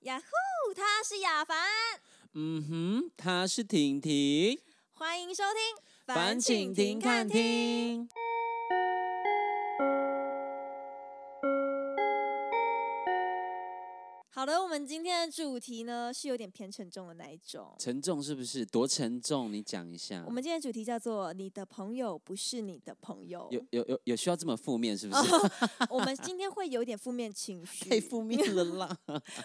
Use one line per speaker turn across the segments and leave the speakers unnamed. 呀呼，他是亚凡，
嗯哼，他是婷婷，
欢迎收听。
烦请婷看。听。
好的，我们今天的主题呢是有点偏沉重的那一种。
沉重是不是？多沉重？你讲一下
我。们今天的主题叫做“你的朋友不是你的朋友。
有有有有需要这么负面是不是？”
我们今天会有一点负面情绪，
太负面了啦！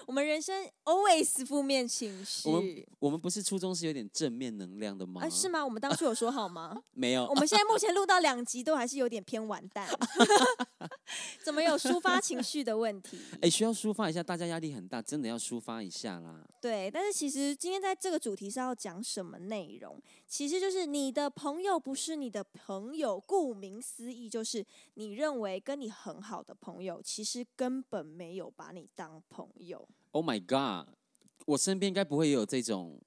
我们人生 always 负面情
我们
绪。
我们不是初中是有点正面能量的吗？
啊，是吗？我们当初有说好吗？
没有
我，们现在目前录到两集都还是有点偏完蛋， 怎么有抒发情绪的问题？
哎，需要抒发一下，大家压力很大，真的要抒发一下啦。
对，但是其实今天在这个主题是要讲什么内容？其实就是你的朋友不是你的朋友，顾名思义就是你认为跟你很好的朋友，其实根本没有把你当朋友。
Oh my god，我身边应该不会有这种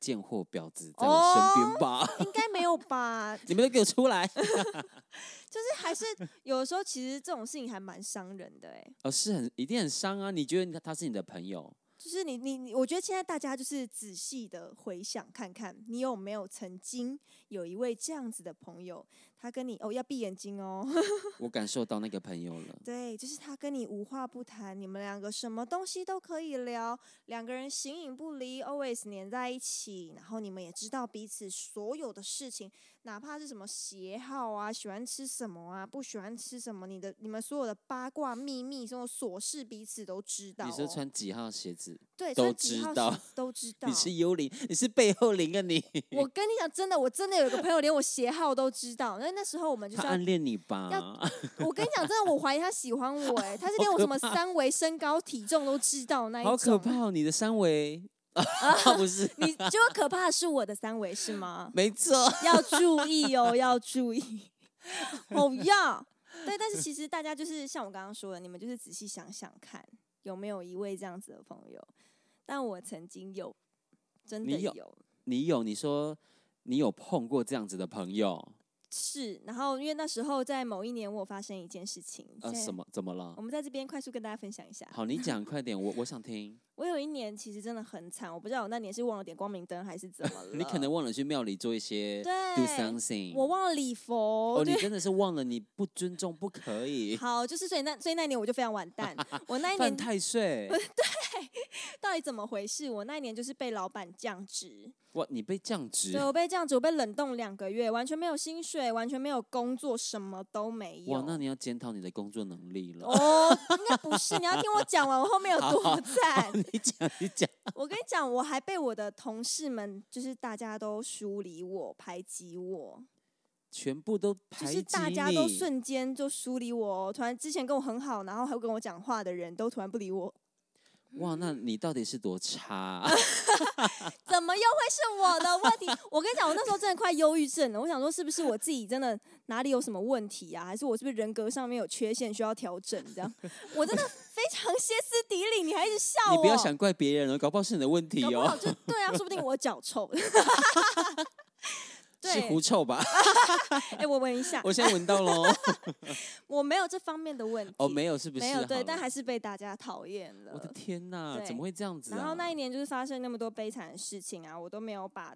贱货婊子在我身边吧？
应该没有吧？
你们都给我出来！
就是还是有的时候，其实这种事情还蛮伤人的哎、
哦，是很一定很伤啊！你觉得他是你的朋友？
就是你你你，我觉得现在大家就是仔细的回想看看，你有没有曾经有一位这样子的朋友，他跟你哦要闭眼睛哦，
我感受到那个朋友了。
对，就是他跟你无话不谈，你们两个什么东西都可以聊，两个人形影不离，always 黏在一起，然后你们也知道彼此所有的事情，哪怕是什么喜好啊，喜欢吃什么啊，不喜欢吃什么，你的你们所有的八卦秘密，这种琐事彼此都知道、哦。
你说穿几号鞋子？
对
都
穿几
知
号
道
鞋子都 知道。
你是幽灵，你是背后灵啊你！
我跟你讲，真的，我真的有一个朋友连我鞋号都知道。那那时候我们就
他
是要
暗恋你吧？
我跟你讲，真的，我怀疑他喜欢我、欸，哎，他是连我什么三围、身高、体重都知道那一种。啊
好可！怕、哦！你的三 围不是？？
你结果可怕的是我的三围是吗
没错，
要注意哦，要注意。哦要，对，但是其实大家就是像我刚刚说的，你们就是仔细想想看，有没有一位这样子的朋友？但我曾经有，真的
你有你有你说你有碰过这样子的朋友？
是，然后因为那时候在某一年，我有发生一件事情。
呃，
现在
什？么？怎么了
我？ 们在这边快速跟大家分享一下。
好，你讲快点，我我 想听。
我有一年其实真的很惨，我不知道我那年是忘了点光明灯还是怎么了。
你可能忘了去庙里做一些 do
对，
something。
我忘了礼佛。
哦，你
对，
真的是忘了，你不尊重不可以。
好，就是所以那所以那年我就非常完 蛋。我 那一
犯
年
太岁，
到底怎么回事？我那一年就是被老板降职，
哇，你被降职
对，我被降职，我被冷冻两个月，完全没有薪水，完全没有工作，什么都没有。
哇，那你要检讨你的工作能力了。
哦，应该不是，你要听我讲完，我后面有 多惨。
你讲， 你讲，
我跟你讲，我还被我的同事们，就是大家都疏离我、排挤我，
全部都
就
排挤
是
你。
大家都瞬间就疏离我哦。突然之前跟我很好，然后还会跟我讲话的人都突然不理我，
哇，那你到底是多 差、啊？
哦怎么又会是我的问题？ 我跟你讲，我那时候真的快忧郁症了。我想说，是不是我自己真的哪里有什么问题啊？还是我是不是人格上面有缺陷需要调整？这样， 我真的非常歇斯底里，你还一直笑我。
你不要想怪别人哦了，搞不好是你的问题
搞不好
哦，
就对啊，说不定我脚臭。 对
是狐臭 吧？
哎、我闻一下，
我现在闻到喽。
我没有这方面的问题。
哦，没有，是不是？
没有对，
好
但
了
还是被大家讨厌
我的
了。
天哪，
对
怎么会这样子啊？
然后那一年就是发生那么多悲惨的事情啊，我都没有把，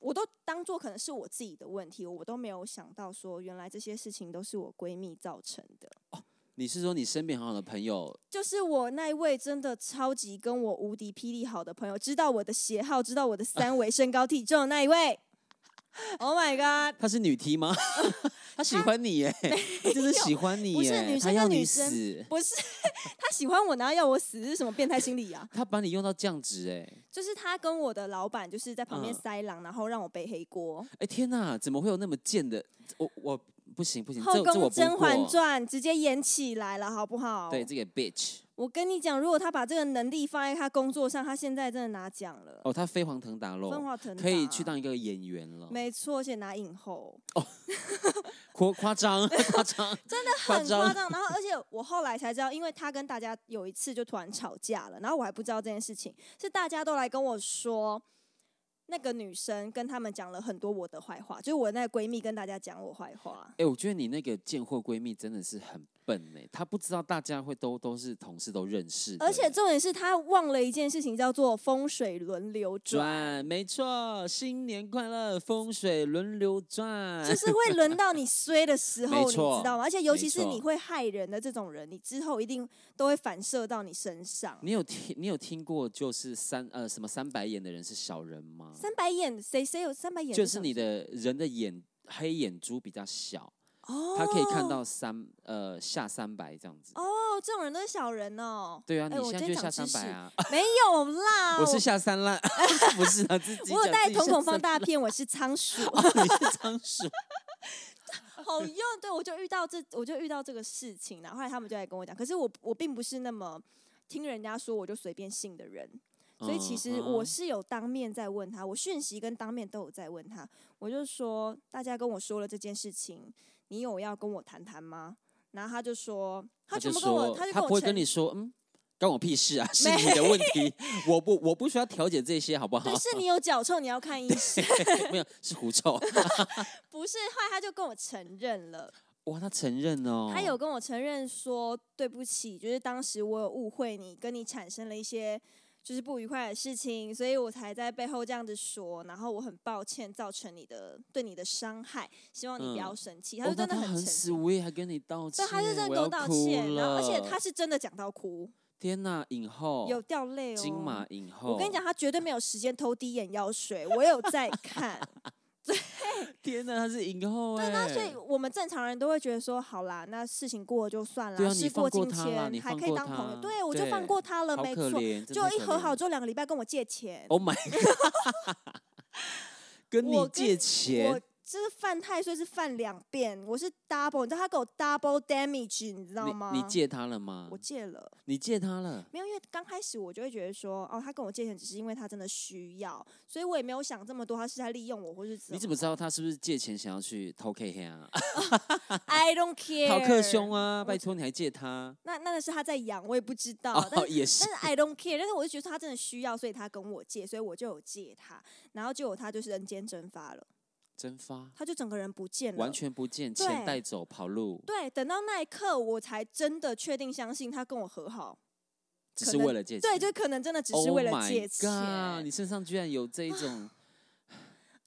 我都当做可能是我自己的问题，我都没有想到说原来这些事情都是我闺蜜造成的。
你是说你身边很好的朋友，
就是我那一位真的超级跟我无敌霹雳好的朋友，知道我的鞋号，知道我的三围、身高、体重的那一位。Oh my god！
她是女 T 吗？她喜欢你耶，她真的喜欢你
不是
耶，
女
她
生
要
跟
你
女生
死，
不是 他喜欢我，然后要我死，是什么变态心理啊？
她把你用到降职哎，
就是他跟我的老板就是在旁边
嗯
塞狼，然后让我背黑锅。
哎天哪，怎么会有那么贱的？我我不行不行，这
后
这
宫
我
《
不
甄嬛
过啊
传》直接演起来了，好不好？
对，这个 bitch
我跟你讲，如果他把这个能力放在他工作上，他现在真的拿奖了，
哦，她飞黄腾达
分
喽，
化腾达
可以去。当一个演员了，
没错，而且拿影后，
夸夸张 夸张，真的
很夸张。 然后，而且我后来才知道，因为他跟大家有一次就突然吵架了，然后我还不知道这件事情，是大家都来跟我说，那个女生跟他们讲了很多我的坏话，就是我那个闺蜜跟大家讲我坏话。
哎、我觉得你那个贱货闺蜜真的是很笨哎、她不知道大家会都都是同事都认识的，
而且重点是她忘了一件事情，叫做风水轮流转，
转没错，新年快乐，风水轮流 转，
就是会轮到你衰的时候，
没
你知
错
道吗？而且尤其是
没错
你会害人的这种人，你之后一定都会反射到你身上。
你有听你有听过就是三呃什么三白眼的人是小人吗？
三白眼，谁谁有三白眼这
就
种？
是你的人的眼黑眼珠比较小，
哦，
他可以看到三呃下三白这样子。
哦，这种人都是小人哦。
对啊，
哎
你
我
现在
今
就
天
下
长
三
知识
白啊！
没有啦，
我是下三滥， 不是啊，自己
啊我有
讲
带
自己
瞳
下
孔放
三
大片，我是仓 鼠，
滥，你是仓鼠。
好用。对，我就遇到这，我就遇到这个事情，然后后来他们就来跟我讲，可是我我并不是那么听人家说我就随便信的人，所以其实我
嗯
是有当面在问他，我讯息跟当面都有在问他，我就说大家跟我说了这件事情，你有要跟我谈谈吗？然后他就说，
他
全
就
部跟我，
说
他就
他
跟我
不会
承
跟你说嗯。关我屁事啊！ 是
没
你的问题，我不我不需要调解这些，好不好
对，？ 是你有脚臭，你要看医生。
没有是狐臭
不是，后来他就跟我承认了，
哇，他承认哦，
他有跟我承认说对不起，就是当时我有误会你，跟你产生了一些就是不愉快的事情，所以我才在背后这样子说，然后我很抱歉造成你的对你的伤害，希望你不要生气。他
哦
就
那
真的
很
很
死
诚。
微，还跟你道歉，
对，他就真的
我
跟
要
我道
哭
歉，然后而且
了
他是真的讲到哭，
天呐，影后
有掉泪哦。
金马影后，
我跟你讲，，他绝对没有时间偷滴眼药水，我有在看。
天呐，她是影后哎、
对啊那所以我们正常人都会觉得说，好啦，那事情过了就算
对
啦，
啊
事
你放
境
过他啦
迁，
你
还
放
可以
过
当朋友。
他
对，我就放
对
过他了，
好
没
可
错。
怜，
就一和好之后，两个礼拜跟我借钱，
，Oh my god，跟你
我跟
借
我
钱，
就是犯太岁是犯两遍，我是 double，你知道他给我 double damage，你知道吗？
你你借他了吗
我？借了，
你借他了，
没有，因为刚开始我就会觉得说，哦，他跟我借钱只是因为他真的需要，所以我也没有想这么多，他是在利用我，或是
你怎
么
么知道他是不是借钱想要去偷 K 黑啊？
？I don't care，
好克凶啊！
我
拜托你还借他
那那个是他在养，我也不知道。但
哦，
是
也是
但 是 I don't care，但是我就觉得他真的需要，所以他跟我借，所以我就有借他，然后结果他就是人间蒸发了，
蒸发，
他就整个人不见了，
完全不见，
对
钱带走跑路，
对。等到那一刻，我才真的确定相信他跟我和好，
只
可
是
能
为了借钱，
对，就可能真的只是
Oh
为了
my
借钱。啊
God，你身上居然有这一种，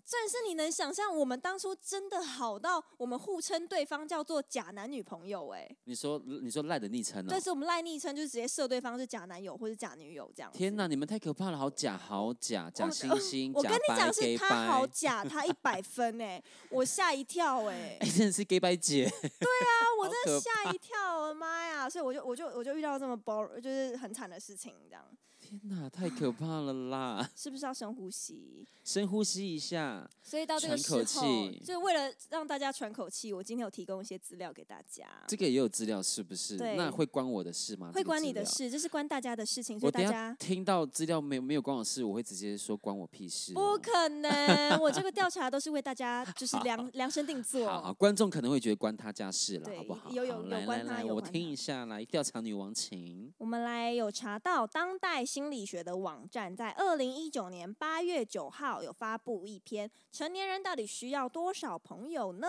但是你能想象，我们当初真的好到我们互称对方叫做假男女朋友、哎、
你说你说赖的昵称哦
但。是我们赖昵称就是直接设对方是假男友或者假女友这样子。
天哪，你们太可怕了，好假，好假，假
我
惺 惺，
我
假
跟你
掰
讲，是
gay
他好
掰
假，他一百分哎、我吓一跳 哎、
哎，真的是 gay 白姐，
啊，我
好
真的
可
吓一跳，我的妈呀！所以我就我就我就遇到这么 bor 就是很惨的事情，这样
天哪，太可怕了啦！
是不是要深呼吸？
深呼吸一下，
所以到这个时
喘口
候，
气
就是为了让大家喘口气，我今天有提供一些资料给大家，
这个也有资料是不是？
对
那会关我的事吗？这
会
个
关
资
你的
料。
事，这是关大家的事情，所
我
以大
等一下
家。
听到资料没有没有关我事，我会直接说关我屁事
不
哦。
可能，我这个调查都是为大家就是 量量身定做。
好好，观众可能会觉得关他家事了，
对
好不好？
有有
好
有
来
关
来
他
来，
有
我
关
听
他
一下，来调查女王情。
我们来有查到当代心理学的网站在二零一九年八月九号有发布一篇《成年人到底需要多少朋友呢》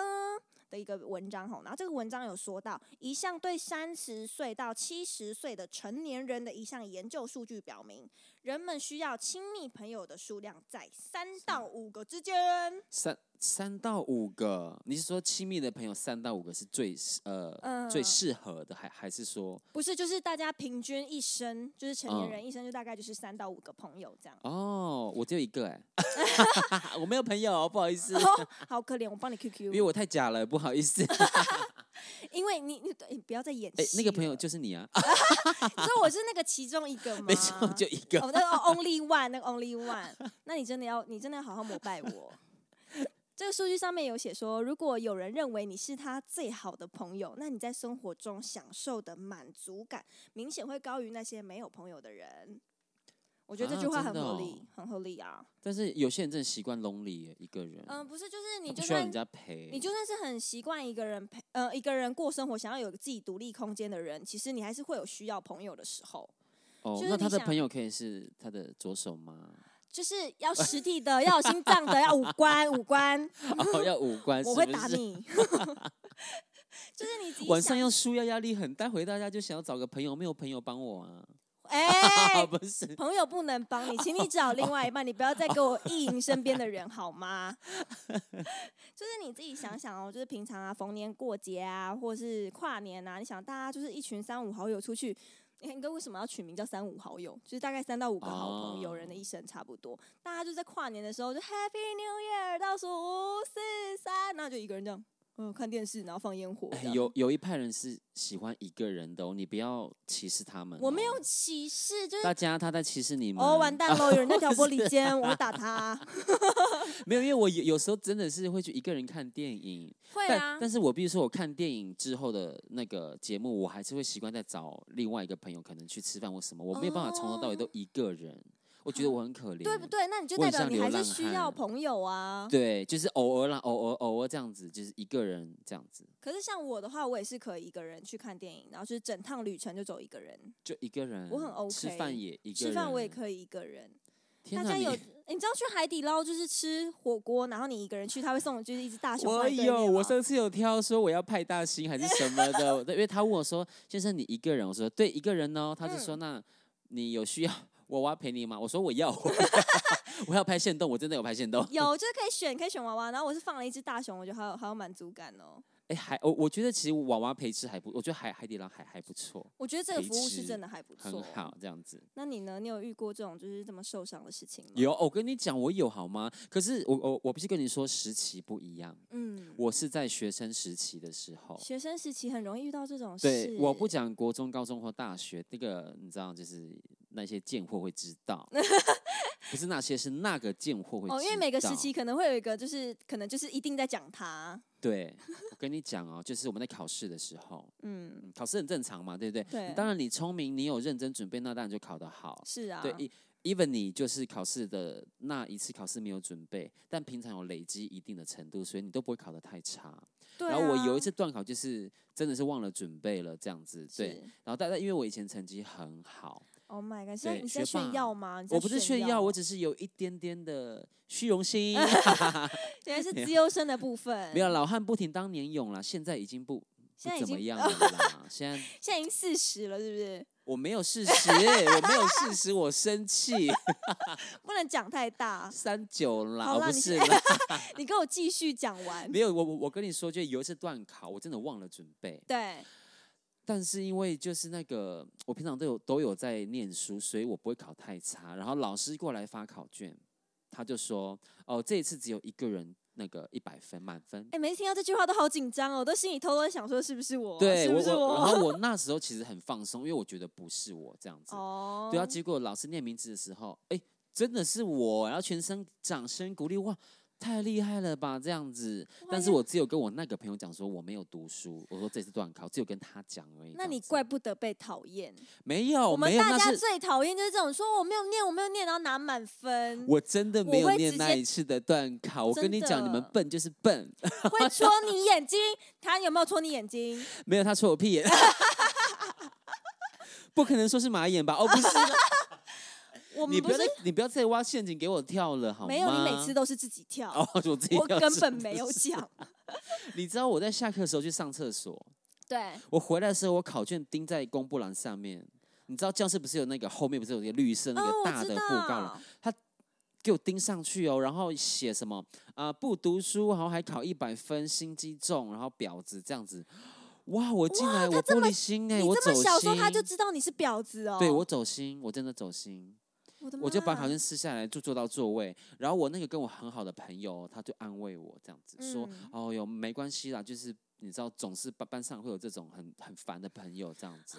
的一个文章吼，然后这个文章有说到一项对三十岁到七十岁的成年人的一项研究数据表明，人们需要亲密朋友的数量在三到五个之间。
三三到五个，你是说亲密的朋友三到五个是最适呃、最
嗯
适合的，还还是说
不是，就是大家平均一生，就是成年
嗯。
人一生就大概就是三到五个朋友 这样
哦，我只有一个 哎、我没有朋友、不好意思，
哦，好可怜，我帮你 QQ。
因为我太假了，不好 意思。
因为你你你不要再演戏、
哎、那个朋友，就是你啊，
所以我是那个其中一个吗？
没错，就一个。
哦，那个 only one，那个 only one，那你真的要你真的要好好膜拜我。这个数据上面有写说，如果有人认为你是他最好的朋友，那你在生活中享受的满足感明显会高于那些没有朋友的人。我觉得这
啊
句话
真
很
的
合
哦
理，很合理啊。
但是有些人真的习惯 lonely 耶一个人，
嗯、不是，就是你
他不
就
需要
算
人家陪。
你就算是很习惯一个人陪，呃，一个人过生活，想要有自己独立空间的人，其实你还是会有需要朋友的时候。
哦
就，是
那
你
他的
想
朋友可以是他的左手吗？
就是要实地 的，要有心脏的，要五官，五官，
哦，要五官，
我
是
会
不
打
是
你。 就是你自己
晚
想
上，要输要压力很大，回到家就想要找个朋友，没有朋友帮我啊。
哎、
啊，不 是，
朋友不能帮你， 请你找另外一半，你不要再给我意淫身边的人好吗？ 就是你自己想想哦，就是平常啊，逢年过节啊，或是跨年啊，你想大家就是一群三五好友出去。你看，你为什么要取名叫三五好友？就是大概三到五个好朋友，
哦
人的一生差不多。大家就在跨年的时候就 Happy New Year，倒数五四三，然后就一个人这样，嗯，看电视，然后放烟火
哎
这样。
有有一派人是喜欢一个人的哦，你不要歧视他们哦。
我没有歧视，就是
大家他在歧视你们。啊
哦，完蛋喽！有人在 挑拨离间，我会打他。
没有，因为我有有时候真的是会去一个人看电影，
会啊
但，但是我必须说，我看电影之后的那个节目，我还是会习惯再找另外一个朋友，可能去吃饭或什么，我没有办法从头到尾都一个人，我觉得我很可
哦
怜，欸
对不？对？那你就
我
代
很
表
像
你还
流
是
浪
需要
汉
朋友啊。
对，就是偶尔啦，偶尔偶尔这样子，就是一个人这样子，
可是像我的话，我也是可以一个人去看电影，然后就是整趟旅程就走一个人，
就一个人，
我很 OK
吃饭也一个
吃
人，
饭我也可以一个人。
天
大家
哪，你
有，诶你知道去海底捞就是吃火锅，然后你一个人去，他会送就是一只大熊放
我
在对
有，
面
我
吗
上次有挑说我要派大星还是什么的，我因 为他问我说：“先生，你一个人？”我说：“对，一个人哦。”他就
嗯
说：“那你有需要 娃娃陪你吗？”我说：“我要， 我要我要拍线动，我真的有拍线动。
有就是可以选，可以选娃娃，然后我是放了一只大熊，我觉得好有好有满足感哦。”
哎，还我我觉得其实娃娃陪吃还不，我觉得海海底捞还还不错，
我觉得这个
陪
服务是
吃
真的还不
很
错。
好这样子。
那你呢？你有遇过这种就是这么受伤的事情吗？
有，哦我跟你讲，我有好吗？可是我我我必须跟你说，时期不一样。
嗯，
我是在学生时期的时候，
学生时期很容易遇到这种事。
对，我不讲国中、高中或大学，那个你知道，就是那些贱货会知道， 不是那些，是那个贱货会知道。
哦，因为每个时期可能会有一个，就是可能就是一定在讲他，
对，我跟你讲哦，就是我们在考试的时候，
嗯，
嗯考试很正常嘛，对不对？
对
当然，你聪明，你有认真准备，那当然就考得好。
是啊，
对一，even 你就是考试的那一次考试没有准备，但平常有累积一定的程度，所以你都不会考得太差。
对啊
然后我有一次断考，就是真的是忘了准备了这样子。对，
是
然后但但因为我以前成绩很好，
，Oh my god，现在
对
你是在
学霸
炫耀吗？你在
我不是炫耀，
耀，啊
我只是有一点点的虚荣心。
原 来是资优生的部分，
没有，老汉不停当年勇啦，现在已经不
现在
不
已
怎
经哦
么样了啦。现在
现在已经四十了，是不是？
我没有事实，我没有事实，我生气。
不能讲太 大，
三九啦，
好
哦
啦
不
你
是啦，
你给我继续讲完。
没有我我我跟你说，就有一次断考，我真的忘了准备，
对，
但是因为就是那个我平常都有都有在念书，所以我不会考太差。然后老师过来发考卷，他就说：“哦，这一次只有一个人那个一百分满分。”
哎，每次听到这句话都好紧张哦，我都心里偷偷地想说是不是我，
对
是不是
我我，然
我？
后我那时候其实很放松，因为我觉得不是我 这样子。
哦，
对啊，结果老师念名字的时候，哎，真的是我，然后全身掌声鼓励，哇，太厉害了吧这样子。但是
呀
我只有跟我那个朋友讲说我没有读书，我说这次断考，只有跟他讲而已。
那
这样
你
子
怪不得被讨厌。
没有
我们
哦没有，
大
那
家
是
最讨厌就是这种说我没有念，我没有念，然后拿满分，
我真的没
嗯我
有
会
念
直
那
接
一次的断考。我跟
真
你讲，你们
的
笨就是笨，
会戳你眼睛，他有没有戳你眼睛？
没有他戳我屁眼。 不可能说是马眼吧？哦，不是，
我
你
们不
不要再
是
你不要再挖陷阱给我跳了好吗？
没有，你每次都是自己跳，
哦，我自己
我
要
根
是
本
不
没有
是。
讲。
你知道我在下课的时候去上厕所，
对，
我回来的时候我考卷钉在公布栏上面。你知道教室不是有那个后面不是有一个绿色那
哦，
个
我
大
知
的布告栏，
道，
给我钉上去哦，然后写什么啊、不读书，然后还考一百分，心机重，然后婊子这样子。哇，我进来我玻璃心哎、
你
我
这
走
么小时候
心，
他就知道你是婊子哦。
对我走心，我真的走心。
我的
我就把
妈
考卷撕下来，就坐到座位。然后我那个跟我很好的朋友，他就安慰我这样子说
嗯：“
哦哟，没关系啦，就是你知道，总是班班上会有这种很很烦的朋友这样子。”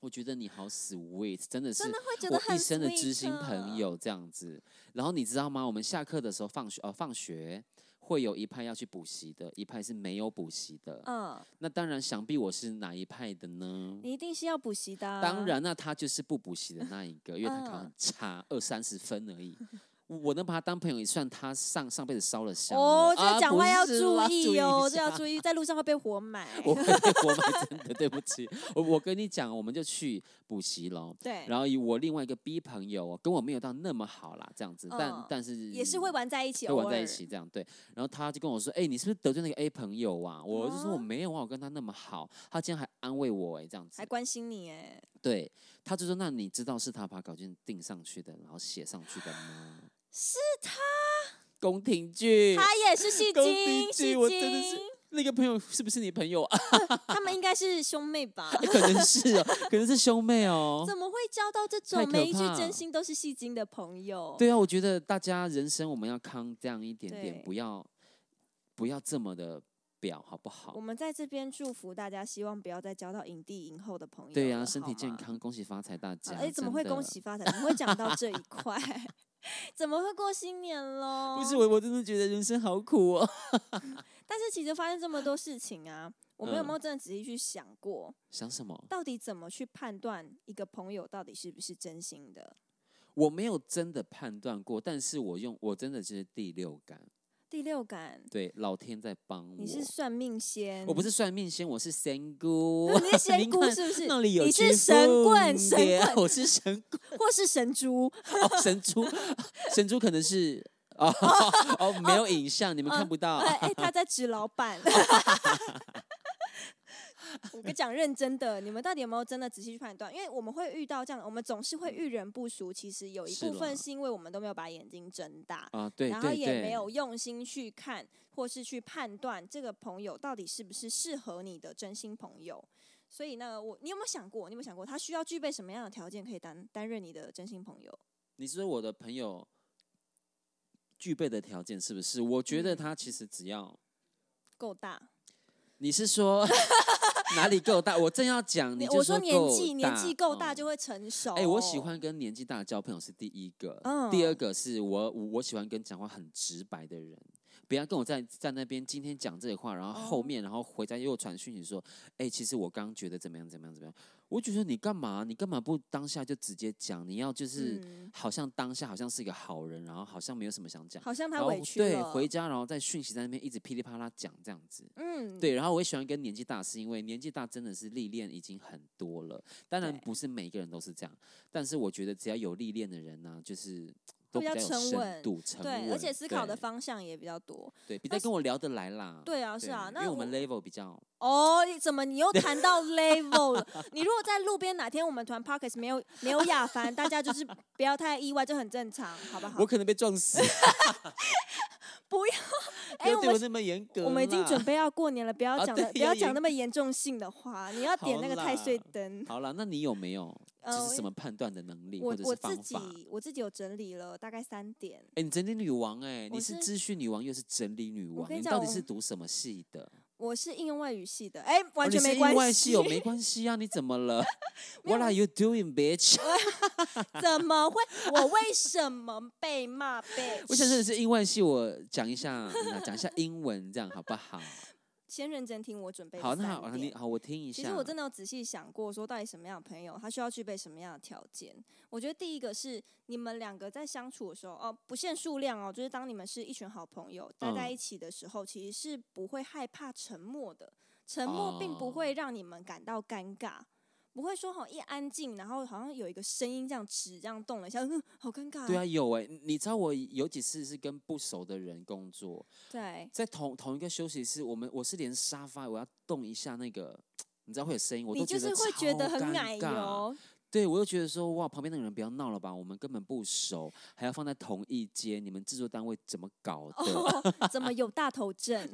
我觉得你好 sweet，真的是
真的会觉得
我
很
一生的
sweet
知心朋
啊。
友这样子。然后你知道吗？我们下课的时候放学呃放学会有一派要去补习的，一派是没有补习的。
嗯，
那当然，想必我是哪一派的呢？
你一定是要补习的啊。
当然，那他就是不补习的那一个，因为他
嗯
考很差，二三十分而已。我我能把他当朋友，也算他上上辈子烧了香了。
哦，这
啊
个讲
不
话要
是啦
注意哦，这
下
要注意，在路上会被活埋。
我 会被活埋，真的对不起。我我跟你讲，我们就去补习喽。
对，
然后以我另外一个 B 朋友哦，跟我没有到那么好啦，这样子，但、
嗯
但是
也是会玩在一起，
会玩
偶
在
尔
一起。这样对。然后他就跟我说：“哎、你是不是得罪那个 A 朋友啊？”我就说：“我
啊
没有啊，我跟他那么好。”他竟然还安慰我哎、这样子
还。关心你哎，
对，他就说：“那你知道是他把稿件订上去的，然后写上去的吗？”
是
他。宫廷剧。
他也是 戏
宫
精，
廷
戏
剧，我真的是
精，
那个朋友是不是你朋友啊？
他们应该是兄妹吧？
可能是哦，可能是兄妹哦。
怎么会交到这
太
种
可
每一句
怕
真心都是戏精的朋友？
对啊，我觉得大家人生我们要康这样一点点，
对
不要不要这么的表，好不好
我？们在这边祝福大家，希望不要再交到影帝影后的朋友了。
对呀、身体
好
健
吗。
康，恭喜发财，大
好
家！
哎，怎么
真
会恭
的？
喜发财？怎么会讲到这一 块？怎么会过新年喽？
不是我，我真的觉得人生好苦 哦。
但是其实发生这么多事情啊，我们有
嗯
没有真的仔细去想过，
想什么？
到底怎么去判断一个朋友到底是不是真心的？
我没有真的判断过，但是我用我真的就是第六感，
第六感，
对，老天在帮我。
你是算命仙，
我不是算命仙，我是仙姑。
你是仙
您
姑
看
是不是？
那里有
你是
只
神棍，
凤
神
蝶
棍
我是神棍，
或是神猪？
哦神猪，神猪可能是哦哦，没有影像，你们看不到。
哎哎，他在指老板。 我跟你讲，认真的，你们到底有没有真的仔细去判断？因为我们会遇到这样，我们总是会遇人不淑。其实有一
嗯是
部分
啦
是因为我们都没有把眼睛睁大，
啊，对
然后
对
也
对，
没有用心去看或是去判断这个朋友到底是不是适合你的真心朋友。所以呢，我你有没有想过？你有没有想过，他需要具备什么样的条件可以担担任你的真心朋友？
你说我的朋友具备的条件是不是？我觉得
嗯
他其实只要
够大，
你是说 哪里够大，我正要讲，
你
就
我说年纪年纪够大就
会。
会成熟。
哎、我喜欢跟年纪大的交朋友是第一个，第
哦嗯
二个是我我我喜欢跟讲话很直白的人，不要跟我在在那边今天讲这个话，然后后
哦
面然后回家又传讯息说，哎、其实我刚觉得怎么样怎么样怎么样，我觉得你干嘛你干嘛不当下就直接讲，你要就是。
嗯
好像当下好像是一个好人，然后好像没有什么想讲，
好像
然
他
后
委屈了。
对，回家然后在讯息在那边一直噼里啪啦讲这样子。
嗯，
对，然后我也喜欢跟年纪大，是因为年纪大真的是历练已经很多了。当然
对
不是每一个人都是这样，但是我觉得只要有历练的人呢、就是都
比
较
较
有
沉
深
稳
度、沉稳，
对，而且思考的
对
方向也比较多。
对比较跟我聊得来啦。
对啊，是啊，
因为
那
我们 level 比较
哦，怎么你又谈到 level 了？ 你如果在路边哪天我们团 Parkes 没有没有亚凡，大家就是不要太意外，这很正常，好不好
我？可能被撞死，
不要，
不
哎，
要
我
对我
们
那么严格啦。
我们已经准备要过年了，不要
啊
讲
对
的不
要
要讲
严
那么严重性的话，你要点
好
那个太岁
啦
灯。
好了，那你有 没有就是
呃
什
我
么判断的能力或
我
者
我
是
自
方
己
法？
我自己有整理了大概三点。
哎、你整理女王哎、你
我
是
是
资讯女王又是整理女王，
跟你
你
讲
到底
我
是读什么系的？
我是应用外语系的，哎，完
哦
全
你是
没
意
关
外
系
系哦，没关系啊，你怎么了
没有
？What are you doing, bitch？？
怎么会？我为什么被骂被
我想真的是英外系，我讲一下，嗯讲一下英文，这样好 不好？
先认真听我准备的
好，
三点。
那好，你好，我听一下。
其实我真的有仔细想过，说到底什么样的朋友，他需要具备什么样的条件。我觉得第一个是你们两个在相处的时候，哦，不限数量哦，就是当你们是一群好朋友待在
嗯
一起的时候，其实是不会害怕沉默的。沉默并
哦
不会让你们感到尴尬，不会说好一安静，然后好像有一个声音这样指这样动了一下，嗯，好尴尬、
对啊，，有哎、你知道我有几次是跟不熟的人工作，
对，
在同同一个休息室，我们我是连沙发我要动一下那个，你知道会有声音，我都
你就是会觉得很奶
超尴尬
油，
对，我又觉得说，哇，旁边那个人不要闹了吧，我们根本不熟，还要放在同一间，你们制作单位怎么搞的？
哦，怎么有大头 症？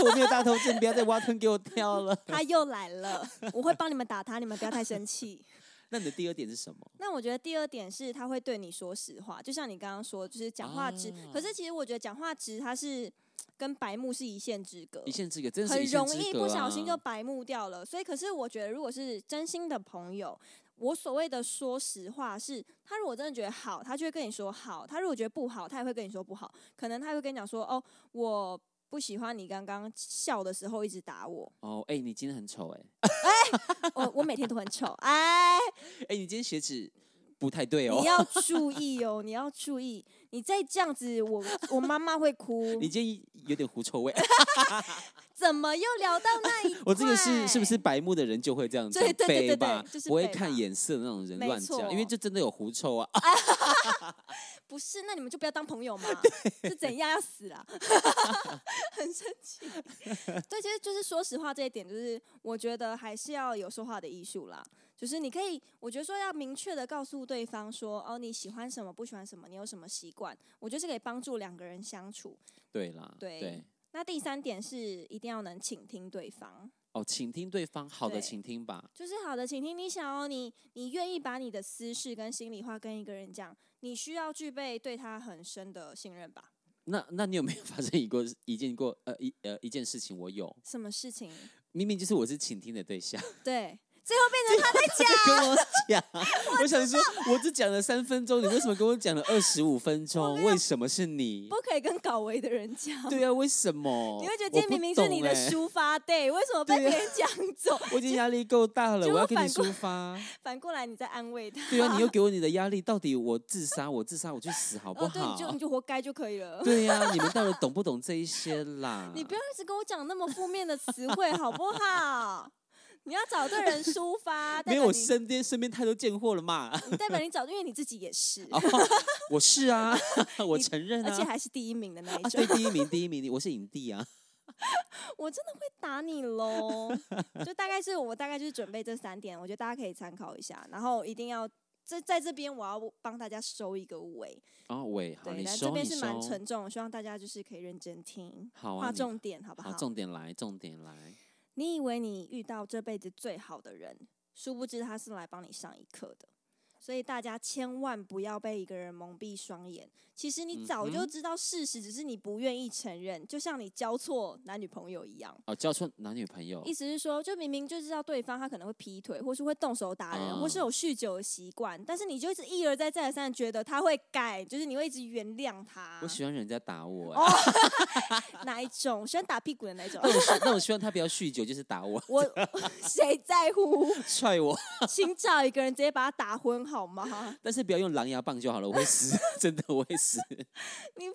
我没有大头症，不要再挖坑给我跳了。
他又来了，我会帮你们打他，你们不要太生气。
那你的第二点是什么？
那我觉得第二点是他会对你说实话，就像你刚刚说，就是讲话直。
啊
可是其实我觉得讲话直，它是跟白目是一线之隔，
一线之隔，真的是
很
一线
容
之
易
隔
不小心
啊
就白目掉了。所以，可是我觉得如果是真心的朋友。我所谓的说实话是，他如果真的觉得好，他就会跟你说好；他如果觉得不好，他也会跟你说不好。可能他会跟你讲说：“哦，我不喜欢你刚刚笑的时候一直打我，哦
哦，哎、你今天很丑哎、
我我每天都很丑。”哎，
哎、你今天鞋子不太对哦
你。要注意哦，你要注意，你再这样子，我我妈妈会哭。
你今天有点 狐臭味，
怎么又聊到那一块？
我这个是是不是？白目的人就会这样子
对对对对
背吧
对就是？
不会
背吧
看眼色的那种人
没
乱讲，因为
错
就真的有狐 臭啊。
不是，那你们就不要当朋友嘛，是怎样要死啦？ 很生气。对，其实就是说实话这一点，就是我觉得还是要有说话的艺术啦。就是你可以，我觉得说要明确的告诉对方说，哦，你喜欢什么，不喜欢什么，你有什么习惯，我觉得是可以帮助两个人相处。
对啦，
对
对。
那第三点是一定要能倾听对方，
哦，请听对方，好的，
对
请听吧。
就是好的倾听。你想哦，你你愿意把你的私事跟心里话跟一个人讲，你需要具备对他很深的信任吧？
那那你有没有发生一过一件过呃一呃一件事情？我有，
什么事情？
明明就是我是倾听的对象，
对，最后变成他在
他在跟我 讲，我想说，我只讲了三分钟，你为什么跟我讲了二十五分钟？为什么是你？
不可以跟搞维的人讲。
对啊，为什么？
你会觉得今
我
天
不
明明是你的
懂欸，
抒发 day，为什 么被
对啊
别人讲走？
我已经压力够 大了，
结
我要
果
跟你
反过
抒发。
反过来你在安慰他。
对啊，你又给我你的压力，到底我自杀，我自杀，我去死好不
哦，对，你就
好
你？就活该就可以了。
对啊呀，你们到底懂不懂这一些啦？
你不要一直跟我讲那么负面的词汇，好不好？你要找对人抒发，代
没
表
有，我
你
身边身边太多贱货了嘛。
你代表你找，因为你自己也是，
哦， 我是啊，我
你
承认
而且
啊。
还是第一名的那一
啊，
种
对，，第一名，第一名，我是影帝啊！
我真的会打你 喽。就大概是我大概就是准备这三点，我觉得大家可以参考一下，然后一定要这在这边我要帮大家收一个尾，
哦，喂，好，
对，
你
但这
收，
边
你
是
收，
蛮沉重，希望大家就是可以认真听，
好啊，
划
你
重点好不
好，重点来，重点来。
你以为你遇到这辈子最好的人，殊不知他是来帮你上一课的。所以大家千万不要被一个人蒙蔽双眼。其实你早
嗯
就
哼
知道事实，只是你不愿意承认。就像你交错男女朋友一样，
哦，交出男女朋友
意，思是说，就明明就知道对方他可能会劈腿，或是会动手打人，或是
嗯
有酗酒的习惯，但是你就一直一而再再而三地觉得他会改，就是你会一直原谅他
我。喜欢人家打我、欸，
哦 哪一种？喜欢打屁股的那种、
那？我希那我希望他不要酗酒，就是打我
我 谁在乎？
踹我，
请找一个人直接把他打昏好吗？
但是不要用狼牙棒就好了，我会死， 真的我会死。
你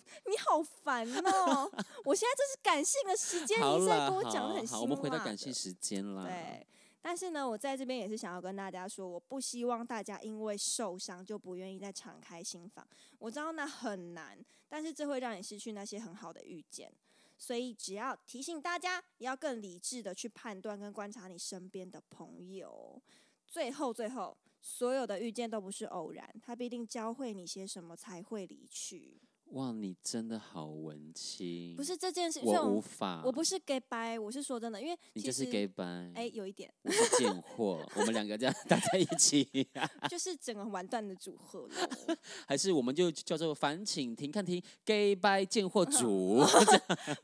好烦哦！我现在这是感性的时间，
好
你现在
啦，
跟我讲的
好
很辛
好，
辣。
我们回到感性。时间啦。
对，但是呢，我在这边也是想要跟大家说，我不希望大家因为受伤就不愿意再敞开心房。我知道那很难，但是这会让你失去那些很好的遇见。所以，只要提醒大家，也要更理智的去判断跟观察你身边的朋友。最后，最后，所有的遇见都不是偶然，它必定教会你些什么才会离去。
哇，你真的好文青，
不是这件事，虽
我
然
无
我
法，
我不是 gay 掰，我是说真的，因为
你
其
就是
实
gay 班，
哎、有一点，
我是贱货，我们两个这 样打在一起，
就是整个完蛋的组合咯
还是我们就叫做反请停看停 gay 掰贱 货主，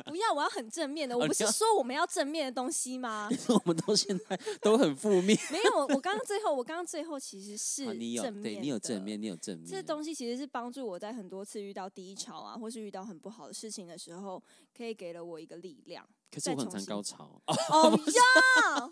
不要，我要很正面的，
哦
我
你
不是
要
说我们要正面的东西吗？
我们到现在都很负面。
没有，我我刚刚最后，我刚刚最后其实是
啊，你有
正面，
对你有正。面，你有正面，
这东西其实是帮助我在很多次遇到低潮啊，或是遇到很不好的事情的时候，可以给了我一个力 量。
可是
再
我很
重
常
新
高潮。哦，
哦呀，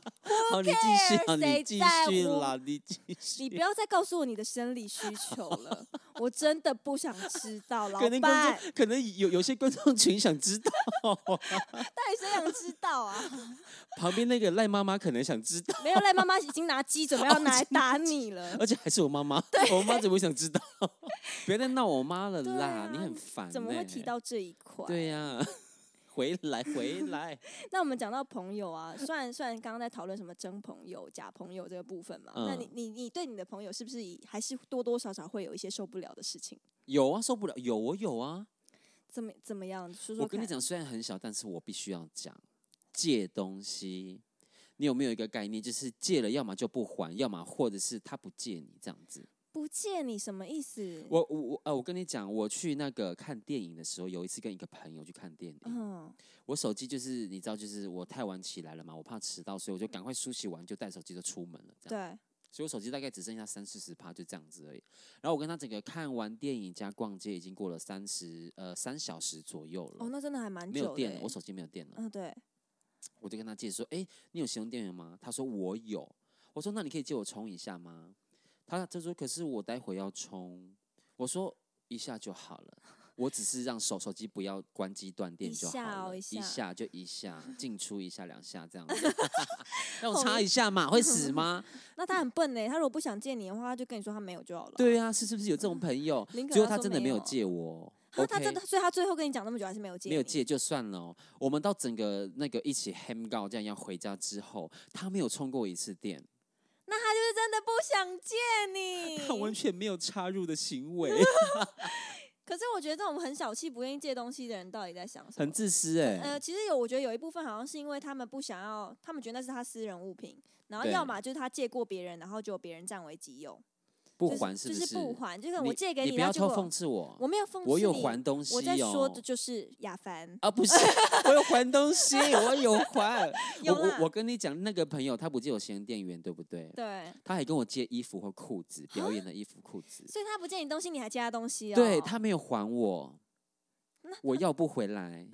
好，你继续，好，你
谁
继
在
续
乎
啦，你继
你不
续。
要再告诉我你的生理需求了，我真的不想知道，老
可能
板
观。众，可能有有些观众群想知道，
到底谁想知道啊？
旁边那个赖妈妈可能想知道，
没有赖妈妈已经拿鸡准备
哦
要拿来打你了，
而且还是我妈妈，我妈怎么会想知道？ 不要再闹我妈了
对
啦，你
啊
很烦。
怎么会提？到啊这一块？
对呀、 回来回来，
那我们讲到朋友啊，虽然虽然刚刚在讨论什么真朋友、假朋友这个部分嘛，那你
嗯
你你对你的朋友是不是以还是多多少少会有一些受不了的事情？
有啊，受不了，有我有啊。
怎么怎么样？说说
我跟你
看
讲，虽然很小，但是我必须要讲，借东西，你有没有一个概念，就是借了，要么就不还，要么或者是他不借你这样子。
不借你什么意思？
我我我呃，我跟你讲，我去那个看电影的时候，有一次跟一个朋友去看电影，
嗯，
我手机就是你知道，就是我太晚起来了嘛，我怕迟到，所以我就赶快梳洗完就带手机就出门了，这样。
对，
所以我手机大概只剩下三四十趴，就这样子而已。然后我跟他整个看完电影加逛街，已经过了三十呃三小时左右了，
哦，那真的还蛮
没
久
有
的
电了
欸。，
我手机没有电了，
嗯，对，
我就跟他借说，哎、你有使用电源吗？他说我有，我说那你可以借我充一下吗？他就说可是我待会要充，我说一下就好了。我只是让手手机不要关机断电就好了，
一
一
下哦一下
就一下，进出一下两下这样 子，让我插一下嘛，会死吗？
那他很笨呢、他如果不想借你的话，他就跟你说他没有就好了。
对啊，是是不是有这种朋友？
林可
结果
他
他
说
真的
没
没有
有啊
借我
他
，OK，
他真的，欸所以他最后跟你讲那么久还是没有借你，
没有借就算了哦、我们到整个那个一起 hang out 这样要回家之后，他没有充过一次电，
那他就是真的不想借你。
他完全没有插入的行为，
可是我觉得这种很小气、不愿意借东西的人，到底在想什么？
很自私哎、
呃，其实有，我觉得有一部分好像是因为他们不想要，他们觉得那是他私人物品，然后
对
要么就是他借过别人，然后就别人占为己有，
不
就是
还是？
就是是不还，就是我借给
你，
你，
不
然
要
后结
偷
果
讽刺我，
我没有讽刺你，
我有还东西、哦，
我在说的就是亚凡，
啊，不是，我有还东西，我有还。
有
我我
啦
我跟你讲，那个朋友他不借我闲店员，对不对？
对，啊
他还跟我借衣服或裤子，表演的衣服裤子。
所以他不借你东西，你还借他东西哦，
对他没有还我
那，
我要不回来，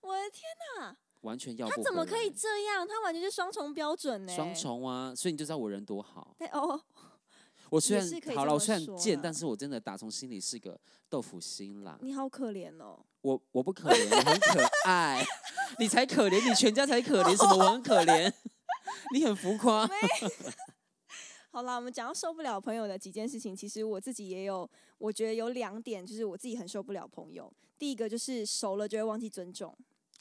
我的天，
完全要不
他
回来。
怎么可以这样？他完全是双重标准呢、
双，重啊？所以你就知道我人多好。
对哦，
我虽
也是可以这
然好了，我
么
虽然
说
贱，
啦
但是我真的打从心里是个豆腐心啦。
你好可怜哦。
我我不可怜，我很可爱。 你才可怜，你全家才可怜，什么我很可怜？你很浮夸。
好啦，我们讲到受不了朋友的几件事情，其实我自己也有，我觉得有两点，就是我自己很受不了朋友。第一个就是熟了就会忘记尊重，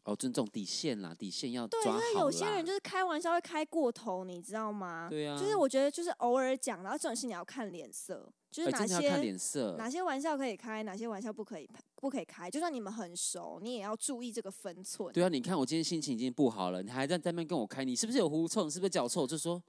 哦，尊重底线啦，底线要抓
对，
好
因为有些人
啦
就是开玩笑会开过头，你知道吗？
对啊，
就是我觉得就是偶尔讲，然后这种事你要看脸色，就是
哎
哪
真的要
些、
看脸色，
哪些玩笑可以开，哪些玩笑不可以不可以开。就算你们很熟，你也要注意这个分寸。
对啊，你看我今天心情已经不好了，你还在在那边跟我开，你是不是有狐臭？你是不是脚臭？我就说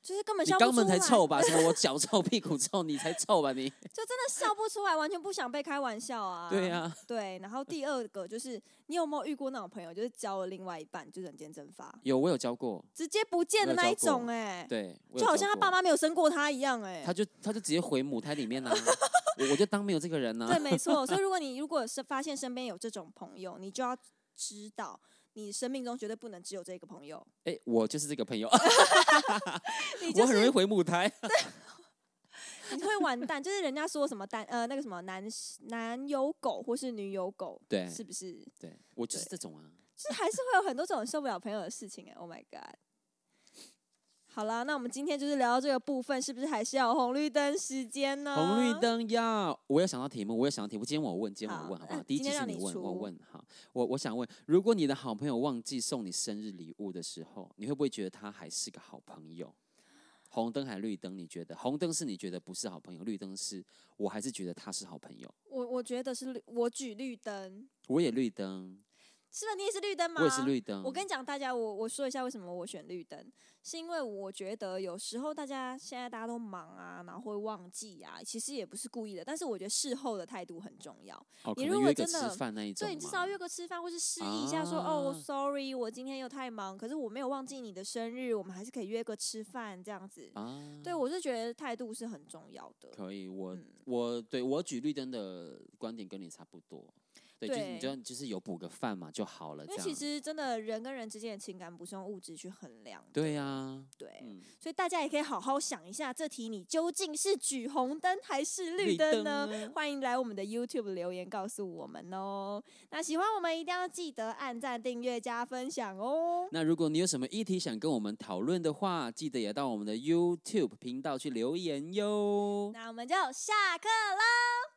就是根本
你
笑不
肛
出
门
来，
才 臭吧？什么我脚臭、屁股臭，你才臭吧你？
就真的笑不出来，完全不想被开玩笑啊。
对啊，
对，然后第二个就是，你有没有遇过那种朋友，就是交了另外一半就人间蒸发，
有我有教过，
直接不见的那一
我有交
种、
过
欸？哎，
对，我有
就好
教
像他
过
爸，妈没有生过他一样、欸，
他就他就直接回母胎 里面啦、啊我我就当没有这个人啊呐、
对，没错。所以如果你如果是发现身边有这种朋友，你就要知道，你生命中绝对不能只有这个朋友。
哎、我就是这个朋友，
哎你
我
就
很容易
是
回 母胎。
你会完蛋，就是人家说什么单呃那个什么男男友狗或是女友狗，
对
是不是？
对，我就是
对
这种啊。
就是还是会有很多这种受不了朋友的事情哎、o h my god！好啦，那我们今天就是聊到这个部分，是不是还是要有红绿灯时间呢？
红绿，灯要，我有想到题目，我有想到题目。今天我问，今天我
好
问，好不好？
嗯
第一
今
题
天
是
让
你
你
问，我
出
问好。我我想问，如果你的好朋友忘记送你生日礼物的时候，你会不会觉得他还是个好朋友？红灯还是绿灯？你觉得红灯是你觉得不是好朋友，绿灯是我还是觉得他是好朋友？
我我觉得是绿，我举绿灯，
我也绿灯，
是吧？你也是绿灯吗？
我也是。绿灯。
我跟你讲，大家，我我说一下为什么我选绿灯，是因为我觉得有时候大家现在大家都忙啊，然后会忘记啊，其实也不是故意的，但是我觉得事后的态度很重要。
哦，可
你
能
如果
约个
真
吃
的
饭那一种
所
嘛，
以你至少约个吃饭，或是示意一下说，哦
啊
，sorry，我今天又太忙，可是我没有忘记你的生日，我们还是可以约个吃饭这样子。
啊，
对，我是觉得态度是很重要的。
可以。我、
嗯
我对我举绿灯的观点跟你差不多。对，就是
对
你就就是有补个饭嘛就好了。
因
这
为
样
其实真的人跟人之间的情感不是用物质去衡量的，
对呀、
对，
嗯，
所以大家也可以好好想一下，这题你究竟是举红灯还是绿
绿
灯
灯
呢？
呢
欢迎来我们的 YouTube 留言告诉我们哦。那喜欢我们一定要记得按赞、订阅、加分享哦。
那如果你有什么议题想跟我们讨论的话，记得也到我们的 YouTube 频道去留言哟。
那我们就下课喽。